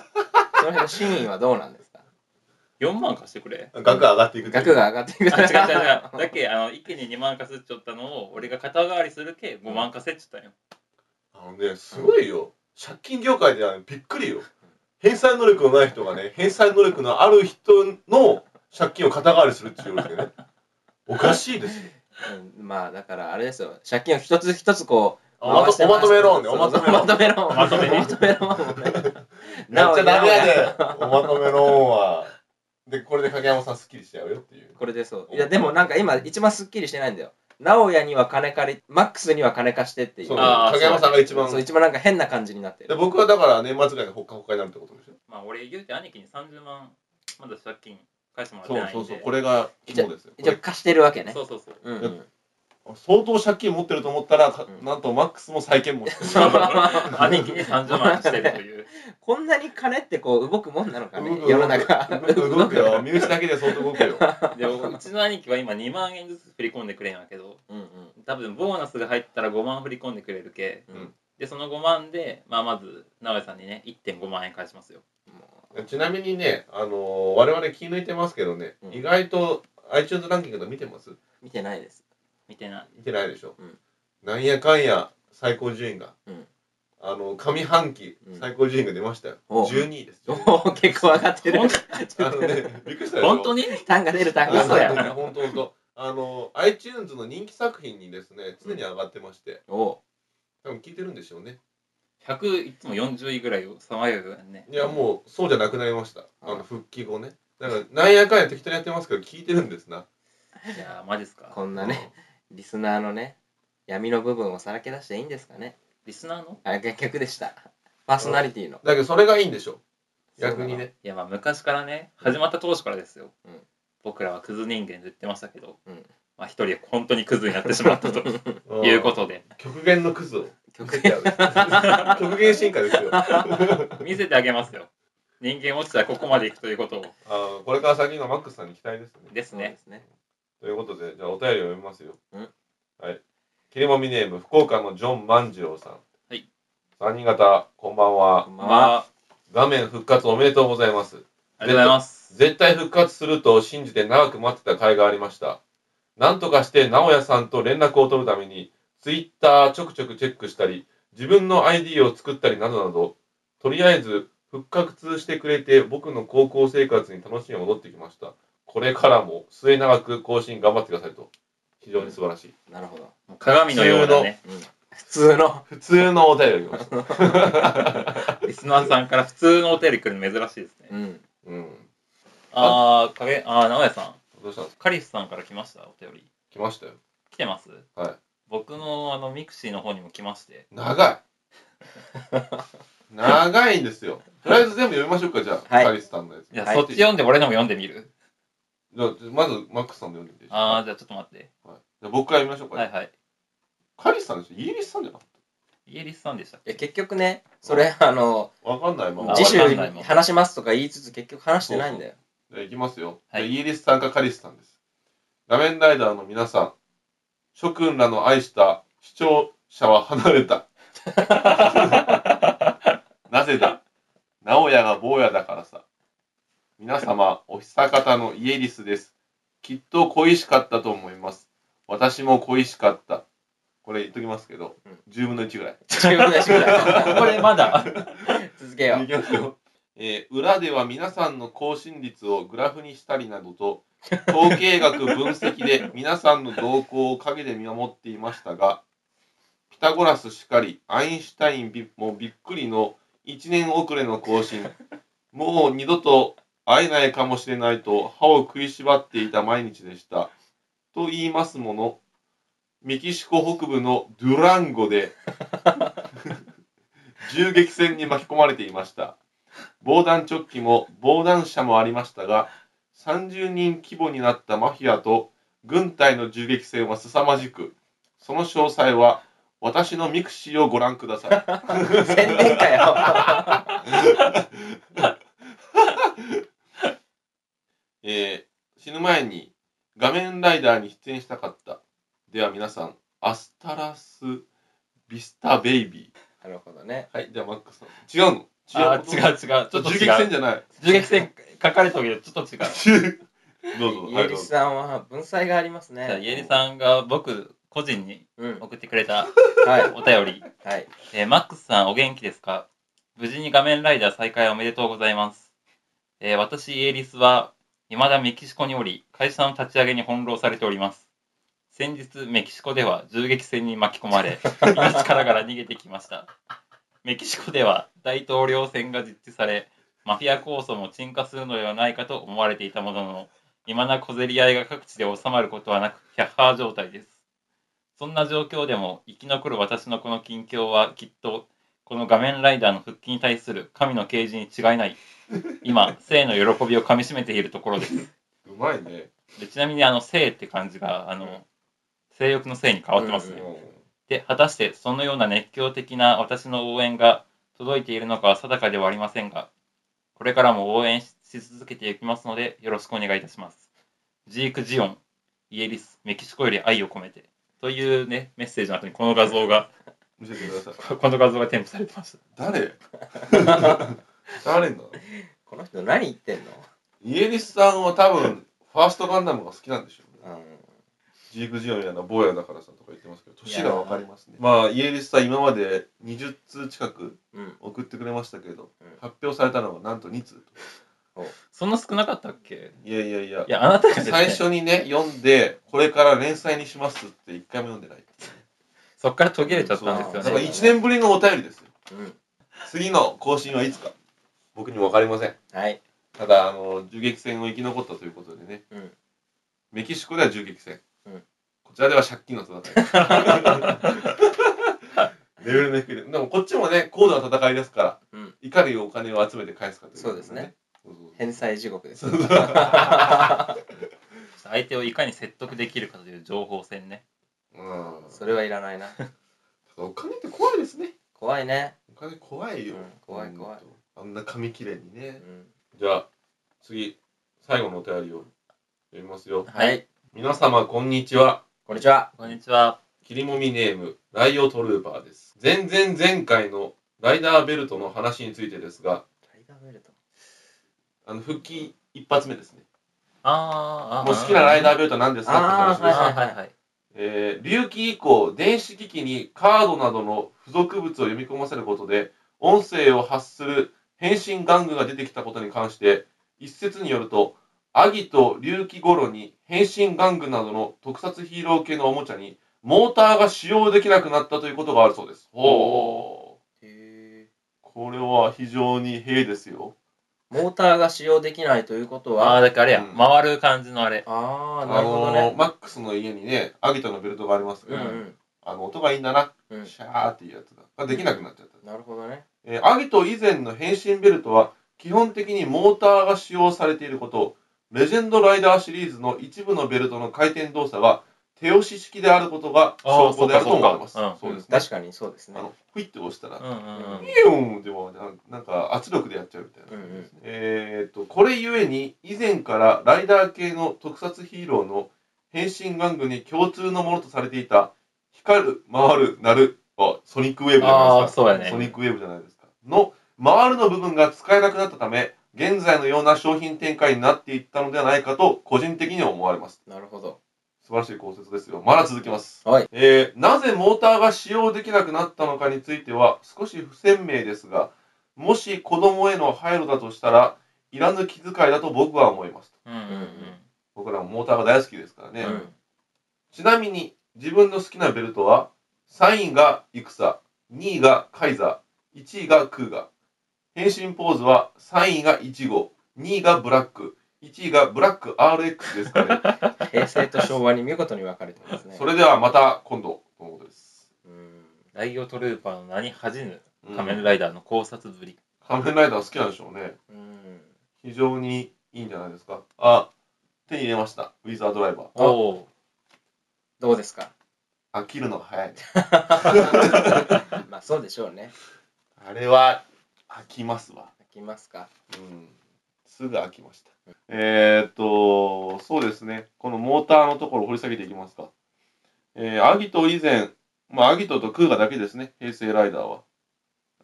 [SPEAKER 2] その辺の真意はどうなんですか
[SPEAKER 3] 4万貸して
[SPEAKER 1] [laughs]
[SPEAKER 3] くれ
[SPEAKER 1] 額が上がっていくという
[SPEAKER 2] 額が上がっていく
[SPEAKER 3] あ違う違う違う
[SPEAKER 2] [laughs]
[SPEAKER 3] だっけあの一気に2万貸すっちゃったのを俺が肩代わりするけ5万貸せっちゃったんよ
[SPEAKER 1] あのねすごいよ借金業界ではびっくりよ返済能力のない人がね返済能力のある人の借金を肩代わりするっていうわけ
[SPEAKER 2] [laughs]
[SPEAKER 1] ねおかしいですよ
[SPEAKER 2] うんまあだからあれですよ、借金を一つ一つこう、
[SPEAKER 1] おま
[SPEAKER 2] 回して
[SPEAKER 1] とおまとめローンね
[SPEAKER 2] そ
[SPEAKER 1] お
[SPEAKER 2] うそう
[SPEAKER 1] まとめロー
[SPEAKER 2] おまと
[SPEAKER 1] ン
[SPEAKER 2] めローン。
[SPEAKER 3] まとめ
[SPEAKER 2] おまとめローンをね。
[SPEAKER 1] めっちゃダメや
[SPEAKER 2] [laughs] なお
[SPEAKER 1] でおまとめローンはでこれで影山さんすっきりしちゃうよっていう
[SPEAKER 2] これでそう。いやでもなんか今一番すっきりしてないんだよ。直屋には金借り、マックスには金貸してっていう。
[SPEAKER 1] そう
[SPEAKER 3] あー
[SPEAKER 1] 影山さんが一番
[SPEAKER 2] そう
[SPEAKER 1] で
[SPEAKER 2] 一番なんか変な感じになってる。
[SPEAKER 1] 僕はだから年末ぐらいにほっかほかになるってことでしょ
[SPEAKER 3] まあ俺言うて兄貴に30万まだ借金返してもらって
[SPEAKER 1] そ
[SPEAKER 3] な
[SPEAKER 1] う
[SPEAKER 3] いんで
[SPEAKER 1] そうそうこれが肝ですよこ
[SPEAKER 2] 一応
[SPEAKER 1] れ
[SPEAKER 2] 貸してるわけね。
[SPEAKER 3] そうそうそう [laughs]
[SPEAKER 2] うんうん。
[SPEAKER 1] 相当借金持ってると思ったらか
[SPEAKER 2] うん
[SPEAKER 1] なんとマックスも債権持
[SPEAKER 2] [laughs]
[SPEAKER 1] ってる
[SPEAKER 3] 兄貴に30万貸してるという
[SPEAKER 2] こんなに金ってこう動くもんなのかね
[SPEAKER 1] 動く動く
[SPEAKER 2] 世の中
[SPEAKER 1] 動
[SPEAKER 2] [laughs]
[SPEAKER 1] く動くよ身内だけで相当動くよ
[SPEAKER 3] でうちの兄貴は今2万円ずつ振り込んでくれんやけど
[SPEAKER 2] うんうん
[SPEAKER 3] 多分ボーナスが入ったら5万振り込んでくれるけ
[SPEAKER 2] うん
[SPEAKER 3] でその5万で、まあ、まず直江さんにね1.5万円返しますよ
[SPEAKER 1] ちなみにね、あのー我々気抜いてますけどね、
[SPEAKER 2] うん
[SPEAKER 1] 意外と iTunes ランキングとか見てます
[SPEAKER 2] 見てないです
[SPEAKER 3] みたいな
[SPEAKER 1] 見てないでしょ、
[SPEAKER 2] うん
[SPEAKER 1] なんやかんや最高順位が、
[SPEAKER 2] うん
[SPEAKER 1] あの上半期
[SPEAKER 2] うん
[SPEAKER 1] 最高順位が出ましたよ、
[SPEAKER 2] おう
[SPEAKER 1] 12位です
[SPEAKER 2] お
[SPEAKER 1] 12
[SPEAKER 2] [laughs] ー結構上がってる
[SPEAKER 3] 本
[SPEAKER 1] あのねびっくりしたでしょ
[SPEAKER 3] 本当
[SPEAKER 1] に
[SPEAKER 3] に
[SPEAKER 2] 単価出る単価
[SPEAKER 3] 嘘や
[SPEAKER 1] 本当本当あの iTunes の人気作品にですね常に上がってまして、
[SPEAKER 2] お
[SPEAKER 1] 多分聞いてるんでしょうね
[SPEAKER 3] 100いつも40位ぐらいをさまようよね
[SPEAKER 1] いやもうそうじゃなくなりましたあ
[SPEAKER 2] うん
[SPEAKER 1] の復帰後ねだからなんやかんや適当にやってますけど聞いてるんですない
[SPEAKER 3] やーマジっすか
[SPEAKER 2] こんなねリスナーのね闇の部分をさらけ出していいんですかね
[SPEAKER 3] リスナーの
[SPEAKER 2] あ逆逆でした [laughs] パーソナリティの
[SPEAKER 1] だけどそれがいいんでしょ逆にね
[SPEAKER 3] いやまあ昔からね始まった当初からですよ、
[SPEAKER 2] うん
[SPEAKER 3] 僕らはクズ人間で言ってましたけど、
[SPEAKER 2] うん
[SPEAKER 3] まあ一人本当にクズになってしま [laughs] ったと
[SPEAKER 1] うん
[SPEAKER 3] いうことで
[SPEAKER 1] 極限のクズを
[SPEAKER 2] 曲
[SPEAKER 1] 見せてあげる [laughs] 極限進化ですよあ
[SPEAKER 3] 見せてあげますよ人間落ちたらここまでいくということを
[SPEAKER 1] ーこれから先のマックスさんに期待ですね
[SPEAKER 3] ですね
[SPEAKER 2] ですね
[SPEAKER 1] ということでじゃあお便りを読みますよ
[SPEAKER 2] うん
[SPEAKER 1] はい切りもみネーム福岡のジョン万次郎さん
[SPEAKER 3] はい
[SPEAKER 1] 三人方こんばんは
[SPEAKER 2] こんばんは
[SPEAKER 3] まあ
[SPEAKER 1] 画面復活おめでとうございます
[SPEAKER 3] ありがとうございます
[SPEAKER 1] 絶対復活すると信じて長く待ってた甲斐がありましたなんとかして直哉さんと連絡を取るために、ツイッターちょくちょくチェックしたり、自分の ID を作ったりなどなど、とりあえず復活してくれて、僕の高校生活に楽しみが戻ってきました。これからも末永く更新頑張ってくださいと。非常に素晴らしい。
[SPEAKER 2] なるほど。
[SPEAKER 3] もう鏡のようなね、
[SPEAKER 2] 普通の。
[SPEAKER 1] 普通のお便りが来ました。
[SPEAKER 3] リスナーさんから普通のお便り来るの珍しいですね。
[SPEAKER 2] うん。
[SPEAKER 1] うん。
[SPEAKER 3] あー、影、あー、直哉さん。
[SPEAKER 1] どうしたんですか
[SPEAKER 3] カリスさんから来ました、お便り。
[SPEAKER 1] 来ましたよ。
[SPEAKER 3] 来てます
[SPEAKER 1] はい。
[SPEAKER 3] 僕のあの、ミクシーの方にも来まして。 [laughs]
[SPEAKER 1] 長い。長いんですよ。とりあえず全部読みましょうか、じゃあ、
[SPEAKER 2] はい
[SPEAKER 1] カリスさんのやつ。
[SPEAKER 3] いや、
[SPEAKER 2] はい
[SPEAKER 3] そっち読んで俺のも読んでみる
[SPEAKER 1] じゃあまず、マックスさんで読んでみていいですか。
[SPEAKER 3] あー、じゃあちょっと待って。
[SPEAKER 1] はい、じゃあ僕から読みましょうか、
[SPEAKER 3] はいはい。
[SPEAKER 1] カリスさんでしょイギリスさんじゃなかっ
[SPEAKER 3] イエリスさんでしたっ
[SPEAKER 2] いや、
[SPEAKER 3] け
[SPEAKER 2] 結局ね、それ、あの、
[SPEAKER 1] たわかんないまま。
[SPEAKER 3] あ
[SPEAKER 2] 次週
[SPEAKER 3] わかんないもん
[SPEAKER 2] 話しますとか言いつつ結局話してないんだよ。
[SPEAKER 1] じゃあいきますよ。
[SPEAKER 3] は
[SPEAKER 1] じゃあ
[SPEAKER 3] い
[SPEAKER 1] イギリスさんかカリスさんです。画面ライダーの皆さん、諸君らの愛した視聴者は離れた。なぜだ直哉が坊やだからさ。皆様、お久方のイエリスです。きっと恋しかったと思います。私も恋しかった。これ言っときますけど、
[SPEAKER 2] うん
[SPEAKER 1] 10分の1ぐらい。
[SPEAKER 2] 違う違う違う
[SPEAKER 3] [laughs] これま
[SPEAKER 1] [laughs]
[SPEAKER 3] だ。
[SPEAKER 2] 続けよ
[SPEAKER 1] いきますよ。えー裏では皆さんの更新率をグラフにしたりなどと統計学分析で皆さんの動向を陰で見守っていましたがピタゴラスしかりアインシュタインびもびっくりの1年遅れの更新もう二度と会えないかもしれないと歯を食いしばっていた毎日でしたと言いますものメキシコ北部のドゥランゴで銃撃戦に巻き込まれていました防弾チョッキも防弾車もありましたが30人規模になったマフィアと軍隊の銃撃戦は凄まじくその詳細は私のミクシーをご覧くださ [laughs] い
[SPEAKER 2] う。宣伝かよ。 [laughs]
[SPEAKER 1] えー死ぬ前に画面ライダーに出演したかったでは皆さんアスタラスビスタベイビ
[SPEAKER 2] なるほどね。
[SPEAKER 1] ーはいじゃあマックスさん違うの
[SPEAKER 3] あー、違
[SPEAKER 1] 違う
[SPEAKER 3] う違う。ちょっ
[SPEAKER 1] こと
[SPEAKER 3] と
[SPEAKER 1] 銃
[SPEAKER 3] 違
[SPEAKER 1] 撃
[SPEAKER 3] う
[SPEAKER 1] 戦。じゃない
[SPEAKER 3] 銃撃戦書かれてるけど、ち
[SPEAKER 1] [laughs]
[SPEAKER 3] ょっと違う。
[SPEAKER 1] どうぞ
[SPEAKER 2] イ
[SPEAKER 1] は
[SPEAKER 2] エ
[SPEAKER 1] いど
[SPEAKER 2] リ
[SPEAKER 1] う
[SPEAKER 2] ス
[SPEAKER 1] ぞ
[SPEAKER 2] さんは文才があります
[SPEAKER 3] じゃあ
[SPEAKER 2] ね。
[SPEAKER 3] イエリさんが僕個人に
[SPEAKER 2] うん。
[SPEAKER 3] 送ってくれた
[SPEAKER 2] はい。
[SPEAKER 3] お便り、
[SPEAKER 2] はい。
[SPEAKER 3] えーマックスさんお元気ですか無事に画面ライダー再開おめでとうございます、えー私イエリスは未だメキシコにおり会社の立ち上げに翻弄されております先日メキシコでは銃撃戦に巻き込まれ命からがら逃げてきましたメキシコでは大統領選が実施されマフィア構想も鎮火するのではないかと思われていたものの未だ小競り合いが各地で収まることはなく百ー状態ですそんな状況でも生き残る私のこの近況はきっとこの画面ライダーの復帰に対する神の啓示に違いない今生の喜びをかみしめているところです
[SPEAKER 1] うまいね
[SPEAKER 3] でちなみにあの生って感じがあの性欲の性に変わってますね、
[SPEAKER 2] うん
[SPEAKER 3] で果たしてそのような熱狂的な私の応援が届いているのかは定かではありませんがこれからも応援しし続けていきますのでよろしくお願いいたしますジーク・ジオンイエリスメキシコより愛を込めてというねメッセージの後にこの画像が
[SPEAKER 1] 見せてください
[SPEAKER 3] この画像が添付されてました
[SPEAKER 1] 誰 [laughs] 誰なの
[SPEAKER 2] この人何言ってんの
[SPEAKER 1] イエリスさんは多分ファーストガンダムが好きなんでしょうね
[SPEAKER 2] うん。
[SPEAKER 1] ジークジオンやな坊やだからさんとか言ってますけど年がわかりますね
[SPEAKER 2] い
[SPEAKER 1] まあイエリスさん今まで20通近く
[SPEAKER 2] うん。
[SPEAKER 1] 送ってくれましたけど、
[SPEAKER 2] うん
[SPEAKER 1] 発表されたのはなんと2通
[SPEAKER 3] そんな少なかったっけ
[SPEAKER 1] いやいやいや
[SPEAKER 3] いやあなたがですね
[SPEAKER 1] 最初にね読んでこれから連載にしますって一回も読んでない
[SPEAKER 3] そっから途切れちゃったん
[SPEAKER 1] だ
[SPEAKER 3] です
[SPEAKER 1] か
[SPEAKER 3] よ
[SPEAKER 1] ら
[SPEAKER 3] ね
[SPEAKER 1] 1年ぶりのお便りですよ
[SPEAKER 2] うん。
[SPEAKER 1] 次の更新はいつか僕にもわかりません
[SPEAKER 2] はい。
[SPEAKER 1] ただあの銃撃戦を生き残ったということでね、
[SPEAKER 2] うん
[SPEAKER 1] メキシコでは銃撃戦、
[SPEAKER 2] うん
[SPEAKER 1] こちらでは借金の戦い
[SPEAKER 2] [laughs]
[SPEAKER 1] レベルの低いでもこっちもね高度な戦いですから、
[SPEAKER 2] うん
[SPEAKER 1] いかにお金を集めて返すかということそうそう
[SPEAKER 2] 返済地獄です。
[SPEAKER 3] 相手をいかに説得できるかという情報戦ね
[SPEAKER 1] うん
[SPEAKER 2] それはいらないな。
[SPEAKER 1] [laughs] お金って怖いですね
[SPEAKER 2] 怖いね。
[SPEAKER 1] お金怖いよ、
[SPEAKER 2] うん怖い怖い
[SPEAKER 1] あんな紙切れに
[SPEAKER 2] う
[SPEAKER 1] ね、
[SPEAKER 2] ん。
[SPEAKER 1] じゃあ次最後のお便りを読みますよ
[SPEAKER 2] はい。
[SPEAKER 1] 皆様こんにちは
[SPEAKER 2] こんにちは。
[SPEAKER 3] こんにちは
[SPEAKER 1] 切りもみネーム、ライオトルーパーです。前々前回のライダーベルトの話についてですが、
[SPEAKER 2] タイガーベルト。
[SPEAKER 1] あの、復帰一発目ですね。
[SPEAKER 3] あーあー。
[SPEAKER 1] もう好きなライダーベルトは何ですか
[SPEAKER 2] あー
[SPEAKER 1] って話です。
[SPEAKER 3] はいはいはい。
[SPEAKER 1] えー隆起以降、電子機器にカードなどの付属物を読み込ませることで、音声を発する変身玩具が出てきたことに関して、一説によると、アギと隆起頃に変身玩具などの特撮ヒーロー系のおもちゃに、モーターが使用できなくなったということがあるそうです。ほう。
[SPEAKER 2] へ
[SPEAKER 1] これは非常に平ですよ。
[SPEAKER 2] ーモーターが使用できないということ
[SPEAKER 3] ああ、
[SPEAKER 2] は
[SPEAKER 3] だからあれや、
[SPEAKER 1] うん
[SPEAKER 3] 回る感じのあれ。
[SPEAKER 2] ああ
[SPEAKER 1] あ
[SPEAKER 2] なるほど
[SPEAKER 1] のー
[SPEAKER 2] ね
[SPEAKER 1] マックスの家にね、アギトのベルトがあります
[SPEAKER 2] う
[SPEAKER 1] け
[SPEAKER 2] ん
[SPEAKER 1] ど、
[SPEAKER 2] うん
[SPEAKER 1] あの音がいいんだな、
[SPEAKER 2] うん
[SPEAKER 1] シャーっていうやつがができなくなっちゃった。
[SPEAKER 2] なるほどね
[SPEAKER 1] えーアギト以前の変身ベルトは基本的にモーターが使用されていることレジェンドライダーシリーズの一部のベルトの回転動作が手押し式であることが証拠であると思います
[SPEAKER 3] あー
[SPEAKER 1] そうですね
[SPEAKER 2] 確かにそうですね
[SPEAKER 1] あのふいって押したら、
[SPEAKER 3] うんうんうん。
[SPEAKER 1] ピヨーンでもなんなんか圧力でやっちゃうみたいな
[SPEAKER 2] うんうん
[SPEAKER 1] えー、とこれゆえに以前からライダー系の特撮ヒーローの変身玩具に共通のものとされていた光る回る鳴るあソニックウェーブじゃない
[SPEAKER 3] あ
[SPEAKER 1] で
[SPEAKER 3] あ、
[SPEAKER 1] すか
[SPEAKER 3] そうやね
[SPEAKER 1] ソ。ニックウェーブじゃないですかの回るの部分が使えなくなったため現在のような商品展開になっていったのではないかと個人的には思われます
[SPEAKER 2] なるほど
[SPEAKER 1] 素晴らしい考説ですよまだ続きます、
[SPEAKER 2] はい
[SPEAKER 1] えーなぜモーターが使用できなくなったのかについては少し不鮮明ですがもし子供への配慮だとしたらいらぬ気遣いだと僕は思います
[SPEAKER 3] うんうんうん。
[SPEAKER 1] 僕らもモーターが大好きですからね、
[SPEAKER 2] うん
[SPEAKER 1] ちなみに自分の好きなベルトは3位が戦2位がカイザー1位がクーガ変身ポーズは3位がイチゴ2位がブラック1位がブラック RX ですかね
[SPEAKER 2] 平成と昭和に見事に分かれてます
[SPEAKER 1] [laughs]
[SPEAKER 2] ね
[SPEAKER 1] それではまた今度とのことです、
[SPEAKER 2] うん
[SPEAKER 3] ライオトルーパーの名に恥じぬ
[SPEAKER 1] うん
[SPEAKER 3] 仮面ライダーの考察ぶり。
[SPEAKER 1] 仮面ライダー好きなんでしょうね
[SPEAKER 2] うん
[SPEAKER 1] 非常にいいんじゃないですかあ手に入れましたウィザードライバー
[SPEAKER 2] うん
[SPEAKER 3] おお
[SPEAKER 2] どうで
[SPEAKER 1] [laughs]
[SPEAKER 2] すか
[SPEAKER 1] あ切るのが早いね
[SPEAKER 2] まあそうでしょうね
[SPEAKER 1] あれは飽きますわ
[SPEAKER 2] いきますか
[SPEAKER 1] うんすぐ飽きました。えーっと、そうですね。このモーターのところを掘り下げていきますか。えーアギト以前、まあ、アギトとクーガだけですね。平成ライダーは。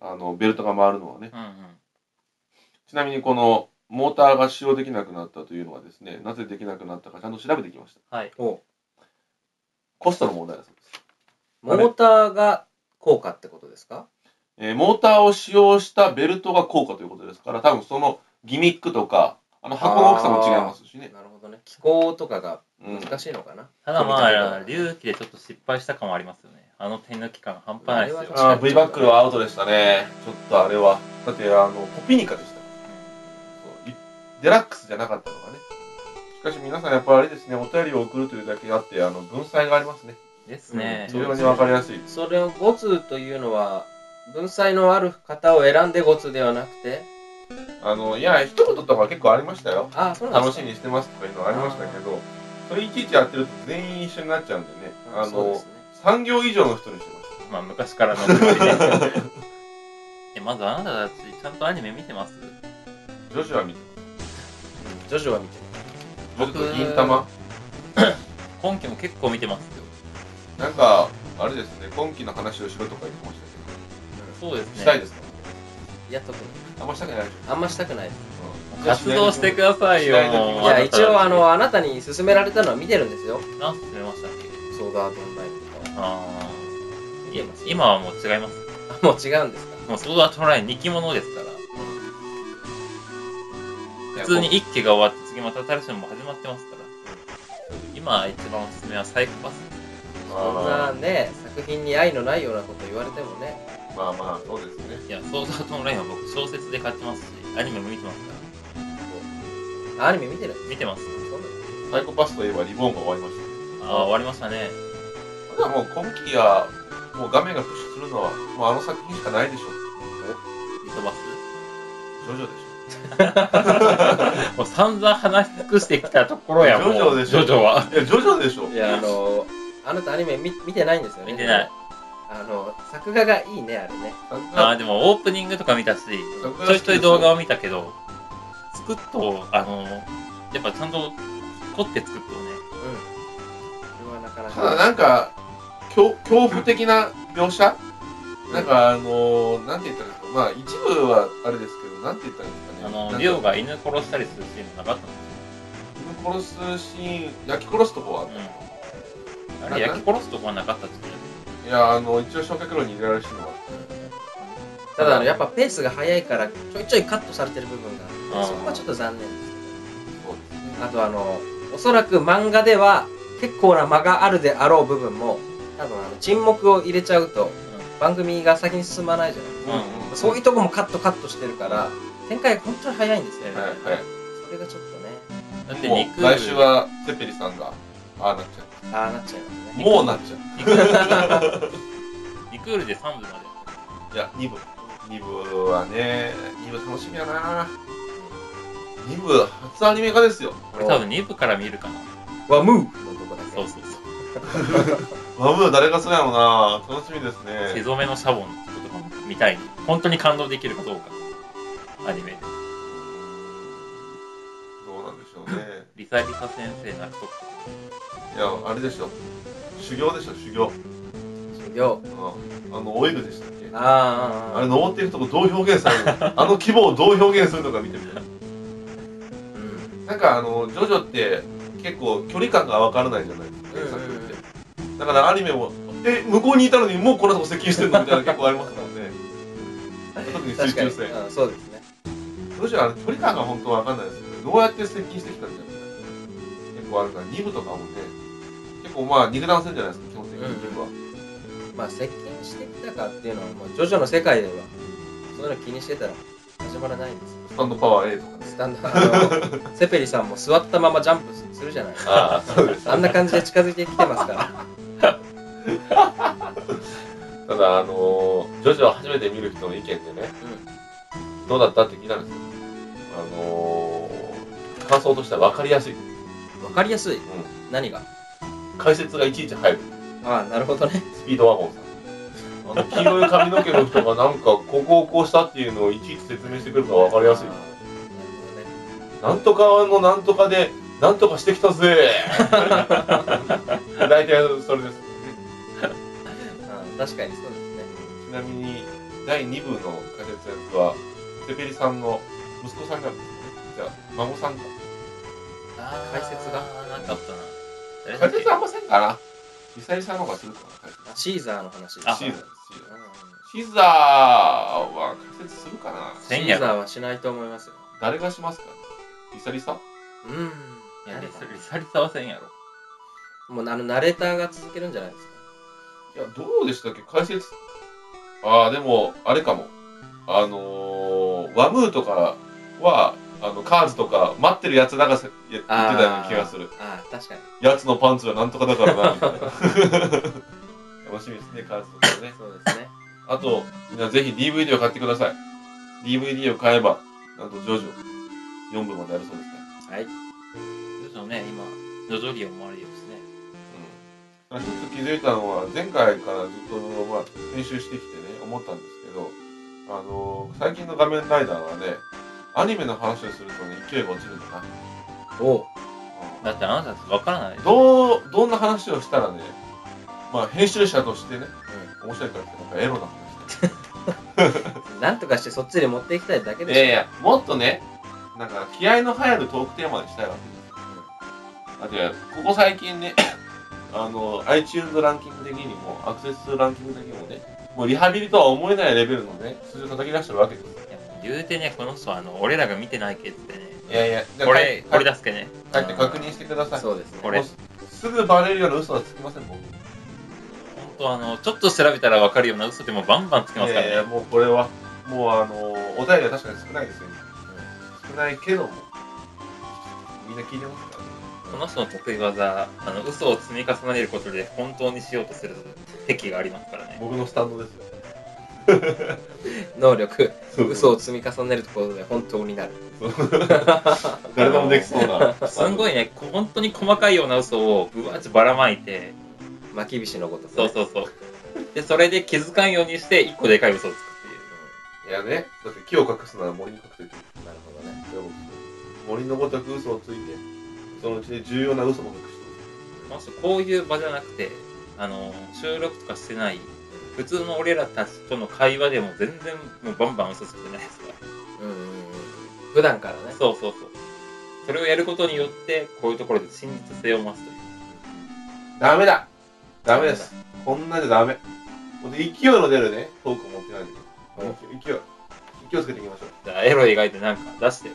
[SPEAKER 1] あの、ベルトが回るのはね。
[SPEAKER 3] ー。うんうん。
[SPEAKER 1] ちなみにこの、モーターが使用できなくなったというのはですね、なぜできなくなったかちゃんと調べてきました。
[SPEAKER 3] はい。
[SPEAKER 2] お
[SPEAKER 1] コストの問題だそうです。
[SPEAKER 2] モーターが効果ってことですか
[SPEAKER 1] えーモーターを使用したベルトが効果ということですから、多分そのギミックとか、あの箱の大きさも違いますしね。
[SPEAKER 2] なるほどね気候とかが
[SPEAKER 1] うん
[SPEAKER 2] 難しいのかな
[SPEAKER 3] ただまあ、
[SPEAKER 2] 飛び立った
[SPEAKER 3] 隆起でちょっと失敗した感はありますよね。あの手抜き感半端ないですよ。
[SPEAKER 1] あー V バックルはアウトでしたね。ちょっとあれは。だって、あの、ポピニカでした。そういデラックスじゃなかったのがね。しかし皆さんやっぱりあれですね、お便りを送るというだけあって、あの、文才がありますね。
[SPEAKER 3] ですね。
[SPEAKER 1] 非常にわかりやすい。
[SPEAKER 2] それを5通というのは文才のある方を選んで5通ではなくて
[SPEAKER 1] あの、いや、一言とか結構ありましたよ。
[SPEAKER 2] ああそうなんで
[SPEAKER 1] 楽
[SPEAKER 2] す
[SPEAKER 1] し
[SPEAKER 2] か
[SPEAKER 1] みにしてますとかいうのありましたけど、それいちいちやってると全員一緒になっちゃうんでね。あ
[SPEAKER 2] そうで
[SPEAKER 1] の
[SPEAKER 2] す、ね
[SPEAKER 1] 3行以上の人にしてまし
[SPEAKER 3] まあ、昔からの決まりで。 [laughs] え、まずあなたたち、ちゃんとアニメ見てます
[SPEAKER 1] た。女子は見てます。
[SPEAKER 2] ジョジョは見てる
[SPEAKER 1] 僕と銀玉。
[SPEAKER 3] 今期も結構見てますよ。
[SPEAKER 1] なんか、あれですね、今期の話をしろとか言ってましたけ
[SPEAKER 3] そうです
[SPEAKER 1] ど、
[SPEAKER 3] ね。
[SPEAKER 1] したいですか
[SPEAKER 2] いや特に
[SPEAKER 1] あんましたくないでしょ
[SPEAKER 2] あんましたくないです
[SPEAKER 3] 活動してくださいよ。
[SPEAKER 1] しない時
[SPEAKER 3] もう
[SPEAKER 1] も
[SPEAKER 2] いや
[SPEAKER 1] あ
[SPEAKER 2] 一応あ、
[SPEAKER 3] な
[SPEAKER 2] のあなたに勧められたのは見てるんですよ
[SPEAKER 3] た何進めましたっけ
[SPEAKER 2] ソードアートオンラインとか
[SPEAKER 3] ああ。いや
[SPEAKER 2] 見てます
[SPEAKER 3] 今はもう違います。
[SPEAKER 2] はあもう違うんですか
[SPEAKER 3] もうソードアートオンライン2期ものですから。
[SPEAKER 1] いや
[SPEAKER 3] 普通に1期が終わって次また新しいのも始まってますから。今一番おすすめはサイコパス。
[SPEAKER 2] そんなね作品に愛のないようなこと言われてもね
[SPEAKER 1] まあまあ、そうですね。
[SPEAKER 3] いや、ソードアートオンラインは僕小説で買ってますし、アニメも見てますか
[SPEAKER 2] アニメ見てるんで
[SPEAKER 3] ら。見てます。
[SPEAKER 2] すそうなんです
[SPEAKER 1] サイコパスといえばリボーンが終わりまし
[SPEAKER 3] ああ、終わりましたね。
[SPEAKER 1] た。ただもう今期は、もう画面がプッシュするのは、もうあの作品しかないでしょ。
[SPEAKER 3] リトバス。
[SPEAKER 1] ジョジョでし
[SPEAKER 3] もう散々話し尽くしてきたところやもう。
[SPEAKER 1] ジョジョでしょ
[SPEAKER 3] ジョジョは。
[SPEAKER 1] ょ。いや、ジョジョでしょ。
[SPEAKER 2] いやあのあなたアニメ見見てないんですよね
[SPEAKER 3] 見てない
[SPEAKER 2] あの作画がいいねあれね
[SPEAKER 3] ああ、でもオープニングとか見たし、ちょいちょい動画を見たけど、作っと、あの、やっぱちゃんと凝って作っとね、
[SPEAKER 2] うんこれはなかな
[SPEAKER 1] ただ
[SPEAKER 2] か
[SPEAKER 1] なんか、恐恐怖的な描写なんかあのー、なんて言ったらいいんですか、まあ一部はあれですけど、なんて言ったらいいんですか
[SPEAKER 3] あ
[SPEAKER 1] ね。
[SPEAKER 3] の、
[SPEAKER 1] なん
[SPEAKER 3] リオ
[SPEAKER 1] か
[SPEAKER 3] が犬殺したりするシーンもなかったんですよ。
[SPEAKER 1] 犬殺すシーン焼き殺すとこはあっ
[SPEAKER 3] うん、あれ焼き殺すとこはなかったって言って
[SPEAKER 1] たいやあの一応焼却炉に入れられるシーンは
[SPEAKER 2] ただあのやっぱペースが速いからちょいちょいカットされてる部分があ
[SPEAKER 3] あ
[SPEAKER 2] っ
[SPEAKER 3] ー
[SPEAKER 2] てそこはちょっと残念です
[SPEAKER 1] そうです
[SPEAKER 2] けどあとあのおそらく漫画では結構な間があるであろう部分も多分あの沈黙を入れちゃうと番組が先に進まないじゃない
[SPEAKER 3] うんうん
[SPEAKER 1] うん
[SPEAKER 2] そういうとこもカットカットしてるから展開が本当に早いんですよね、
[SPEAKER 1] はいはい
[SPEAKER 2] それがちょっとね
[SPEAKER 3] だって
[SPEAKER 1] も
[SPEAKER 3] 肉
[SPEAKER 1] う来週
[SPEAKER 3] [laughs]
[SPEAKER 1] はセペリさんがああなっちゃ
[SPEAKER 2] ああなっちゃいます
[SPEAKER 1] う
[SPEAKER 2] ね
[SPEAKER 1] もうなっちゃ
[SPEAKER 3] リクールで3部まで
[SPEAKER 1] ういや2部2部はね2部楽しみやな2部初アニメ化ですよ
[SPEAKER 3] これ多分2部から見るかな
[SPEAKER 2] ワムーのとこだ
[SPEAKER 3] そう
[SPEAKER 2] け
[SPEAKER 3] そうそう
[SPEAKER 1] ワムー誰がそうやろうな楽しみです
[SPEAKER 3] 手
[SPEAKER 1] ね
[SPEAKER 3] 染めのシャボンのことかも見たい本当に感動できるかどうかアニメで
[SPEAKER 1] どうなんでしょうね
[SPEAKER 3] リサリサ先生泣くとこ
[SPEAKER 1] いやあれでしょ修行でしょ修行、
[SPEAKER 2] 授業
[SPEAKER 1] うん、あのオイルでしたっけ
[SPEAKER 2] あーあー
[SPEAKER 1] あ
[SPEAKER 2] あ
[SPEAKER 1] れ
[SPEAKER 2] ー
[SPEAKER 1] 登っていくとこどう表現されるの [laughs] あの規模をどう表現するのか見てみたい
[SPEAKER 2] うん
[SPEAKER 1] なんかあのジョジョって結構距離感が分からないじゃない原作って、だからアニメもえ向こうにいたのにもうこんなとこ接近してるのみたいな結構ありますもんね特に水
[SPEAKER 2] 確か
[SPEAKER 1] 中
[SPEAKER 2] に、
[SPEAKER 1] 戦
[SPEAKER 2] うん、そうですね
[SPEAKER 1] ジョジョはあれ距離感が本当分かんないですよねどうやって接近してきたんだみたいな結構あるから2部とかもね結構まあ肉弾戦じゃないですか基本的に2部は、
[SPEAKER 2] まあ接近してきたかっていうのはもうジョジョの世界ではそういうの気にしてたら始まらないんですよ
[SPEAKER 1] スタンドパワー A とかね
[SPEAKER 2] スタンダー
[SPEAKER 1] [laughs]
[SPEAKER 2] ドセペリさんも座ったままジャンプするじゃないですか
[SPEAKER 1] ああそうです
[SPEAKER 2] あんな感じで近づいてきてますから
[SPEAKER 1] ただあのージョジョを初めて見る人の意見でね、どうだったって聞いたんですよあのー、感想としては分かりやすい
[SPEAKER 2] わかりやすい、何が
[SPEAKER 1] 解説がいちいち入る
[SPEAKER 2] ああなるほどね
[SPEAKER 1] スピードワゴンさんあの黄色い髪の毛の人がなんかここをこうしたっていうのをいちいち説明してくるから分かりやすい
[SPEAKER 2] あーなるほ
[SPEAKER 1] な
[SPEAKER 2] どね
[SPEAKER 1] んとかのなんとかでなんとかしてきたぜ [laughs] 大体それです
[SPEAKER 2] あー確かにそうですね
[SPEAKER 1] ちなみに第2部の解説役はセペリさんの息子さんなんですねじゃあ孫さんか
[SPEAKER 3] あ
[SPEAKER 2] 解説
[SPEAKER 3] がなかったな誰だ
[SPEAKER 1] 解
[SPEAKER 3] っけ
[SPEAKER 1] 説あんませんかなミサイさんの方がするかな解説
[SPEAKER 2] シーザーの話です
[SPEAKER 3] あ
[SPEAKER 1] シーザーシーザー
[SPEAKER 2] う
[SPEAKER 1] シザーは解説するかなん
[SPEAKER 2] シーザーはしないと思いますよ
[SPEAKER 1] 誰がしますかリサリサ
[SPEAKER 2] うん
[SPEAKER 3] いやリサリサリサはせんやろ
[SPEAKER 2] もうあのナレーターが続けるんじゃないですか
[SPEAKER 1] いや、どうでしたっけ解説。ああ、でも、あれかも。あのー、ワムーとかは、あの、カーズとか、待ってるやつなんかせや言ってたような気がする。
[SPEAKER 2] あーあー確かに
[SPEAKER 1] やつのパンツはなんとかだからな、みたいな。楽しみですね、カーズとかね。
[SPEAKER 2] そうで
[SPEAKER 1] [laughs]
[SPEAKER 2] すね
[SPEAKER 1] あと、みんなぜひ DVD を買ってください。DVD を買えば、なんとジョジョ、4部まであるそうですね。
[SPEAKER 2] はい
[SPEAKER 3] どうしようね今ジョジョリオもあるようですね
[SPEAKER 1] うん、一つ気づいたのは前回からずっと、まあ、編集してきてね思ったんですけど、あのー最近の「画面ライダー」はねアニメの話をするとね勢いが落ちるんだな、
[SPEAKER 2] おう
[SPEAKER 3] だってあなたたちわからないでしょ
[SPEAKER 1] どうどんな話をしたらねまあ編集者としてね、面白いからってなんかエロな話
[SPEAKER 2] なんとかしてそっちで持っていきたいだけで
[SPEAKER 1] い
[SPEAKER 2] しょ
[SPEAKER 1] やいやもっとねなんか気合の入るトークテーマにしたいわけですよ、だってここ最近ね [coughs] あの iTunes ランキング的にもアクセス数ランキング的にもねもうリハビリとは思えないレベルのね数字を叩き出してるわけです
[SPEAKER 3] いや言うてねこの人はあの俺らが見てないけってね
[SPEAKER 1] いやいや
[SPEAKER 3] これこれ
[SPEAKER 1] だ
[SPEAKER 3] 出すけね
[SPEAKER 1] 帰って確認してください
[SPEAKER 2] そうですね
[SPEAKER 3] これ
[SPEAKER 1] もうすぐバレるような嘘はつきません僕
[SPEAKER 3] 本当あのちょっと調べたらわかるような嘘でもバンバンつけますから
[SPEAKER 1] い
[SPEAKER 3] ね
[SPEAKER 1] やいやもうこれはもうあのお便りは確かに少ないですよ、ね少ないけどもみんな聞いてますからね
[SPEAKER 3] この人の得意技あの嘘を積み重ねることで本当にしようとする癖がありますからね
[SPEAKER 1] 僕のスタンドですよ
[SPEAKER 2] 能力
[SPEAKER 1] そう
[SPEAKER 2] 嘘を積み重ねることで本当になる
[SPEAKER 1] 誰でもできそうな
[SPEAKER 3] すんごいねこ本当に細かいような嘘をぶわっちばらまいて
[SPEAKER 2] 巻き菱のこと
[SPEAKER 3] そうそうそうでそれで気づかんようにして一個でかい嘘をつく
[SPEAKER 1] いやね、だって木を隠すなら森に隠せって
[SPEAKER 2] なるほどね
[SPEAKER 1] 言って森のごとく嘘をついて、そのうちで重要な嘘も隠して
[SPEAKER 3] っていうこの人こういう場じゃなくてあの収録とかしてない普通の俺らたちとの会話でも全然もうバンバン嘘つくじゃないですか
[SPEAKER 2] うんうんうん普段からね
[SPEAKER 3] そうそうそうそれをやることによってこういうところで真実性を増すという
[SPEAKER 1] ダメだダメですこんなじゃダメもう勢いの出るねトークを持ってないんだけど勢い勢いつけていきましょう
[SPEAKER 3] じゃあエロ描いてなんか出してよ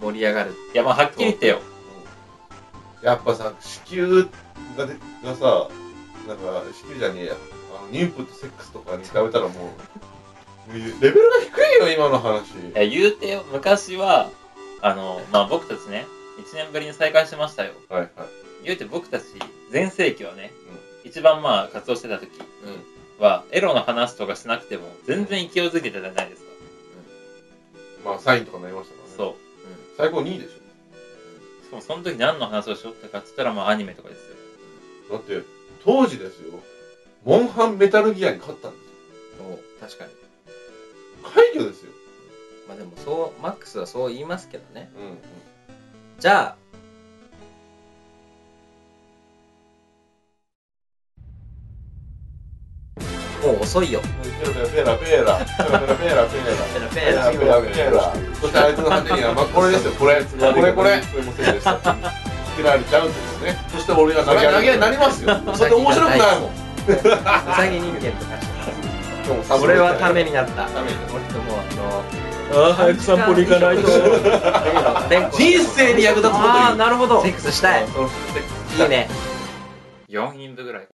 [SPEAKER 2] 盛り上がる。
[SPEAKER 3] いやまあはっきり言ってよ
[SPEAKER 1] やっぱさ子宮がでがさなんか子宮じゃねえやあの妊婦とセックスとかに比べたらもうもうレベルが低いよ今の話
[SPEAKER 3] いや言うてよ昔はあのまあ僕たちね1年ぶりに再会しましたよ
[SPEAKER 1] はいはい
[SPEAKER 3] 言うて僕たち全盛期はね、一番まあ活動してた時
[SPEAKER 2] うん
[SPEAKER 3] は、エロの話とかしなくても全然勢いづけてたじゃないですか、
[SPEAKER 1] まあサインとかになりましたからね
[SPEAKER 3] そう
[SPEAKER 1] 最高2位でし
[SPEAKER 3] しかもその時何の話をしよったかっつったらまあアニメとかですよ
[SPEAKER 1] ょだって当時ですよモンハンメタルギアに勝ったんですよ
[SPEAKER 2] そう確かに。
[SPEAKER 1] 快挙ですよ
[SPEAKER 2] まあでもそう、マックスはそう言いますけどね。
[SPEAKER 1] うんうん
[SPEAKER 2] じゃあ、もう遅いよ。
[SPEAKER 1] ペラペラペラペラペラペラペラ
[SPEAKER 2] ペラペ
[SPEAKER 1] ペラ
[SPEAKER 2] ラ
[SPEAKER 1] ペラペラそしてあいつの羽には、まあ、これですよこれこれこれこれもせいでしたつけられちゃうんですよねそして俺が投げ投げになります
[SPEAKER 2] [laughs]
[SPEAKER 1] よそれで面白くないもん
[SPEAKER 2] ウサギ人間とかして
[SPEAKER 1] 今日も
[SPEAKER 2] それはためになった。
[SPEAKER 1] ためになった
[SPEAKER 2] 俺ともうあの
[SPEAKER 4] ああ
[SPEAKER 2] 早く散歩に行かない [laughs] と
[SPEAKER 1] 人生に役立つことを言う
[SPEAKER 2] ああー、なるほど。セックスしたい。
[SPEAKER 1] そう
[SPEAKER 2] いいね。
[SPEAKER 3] 4人分ぐらい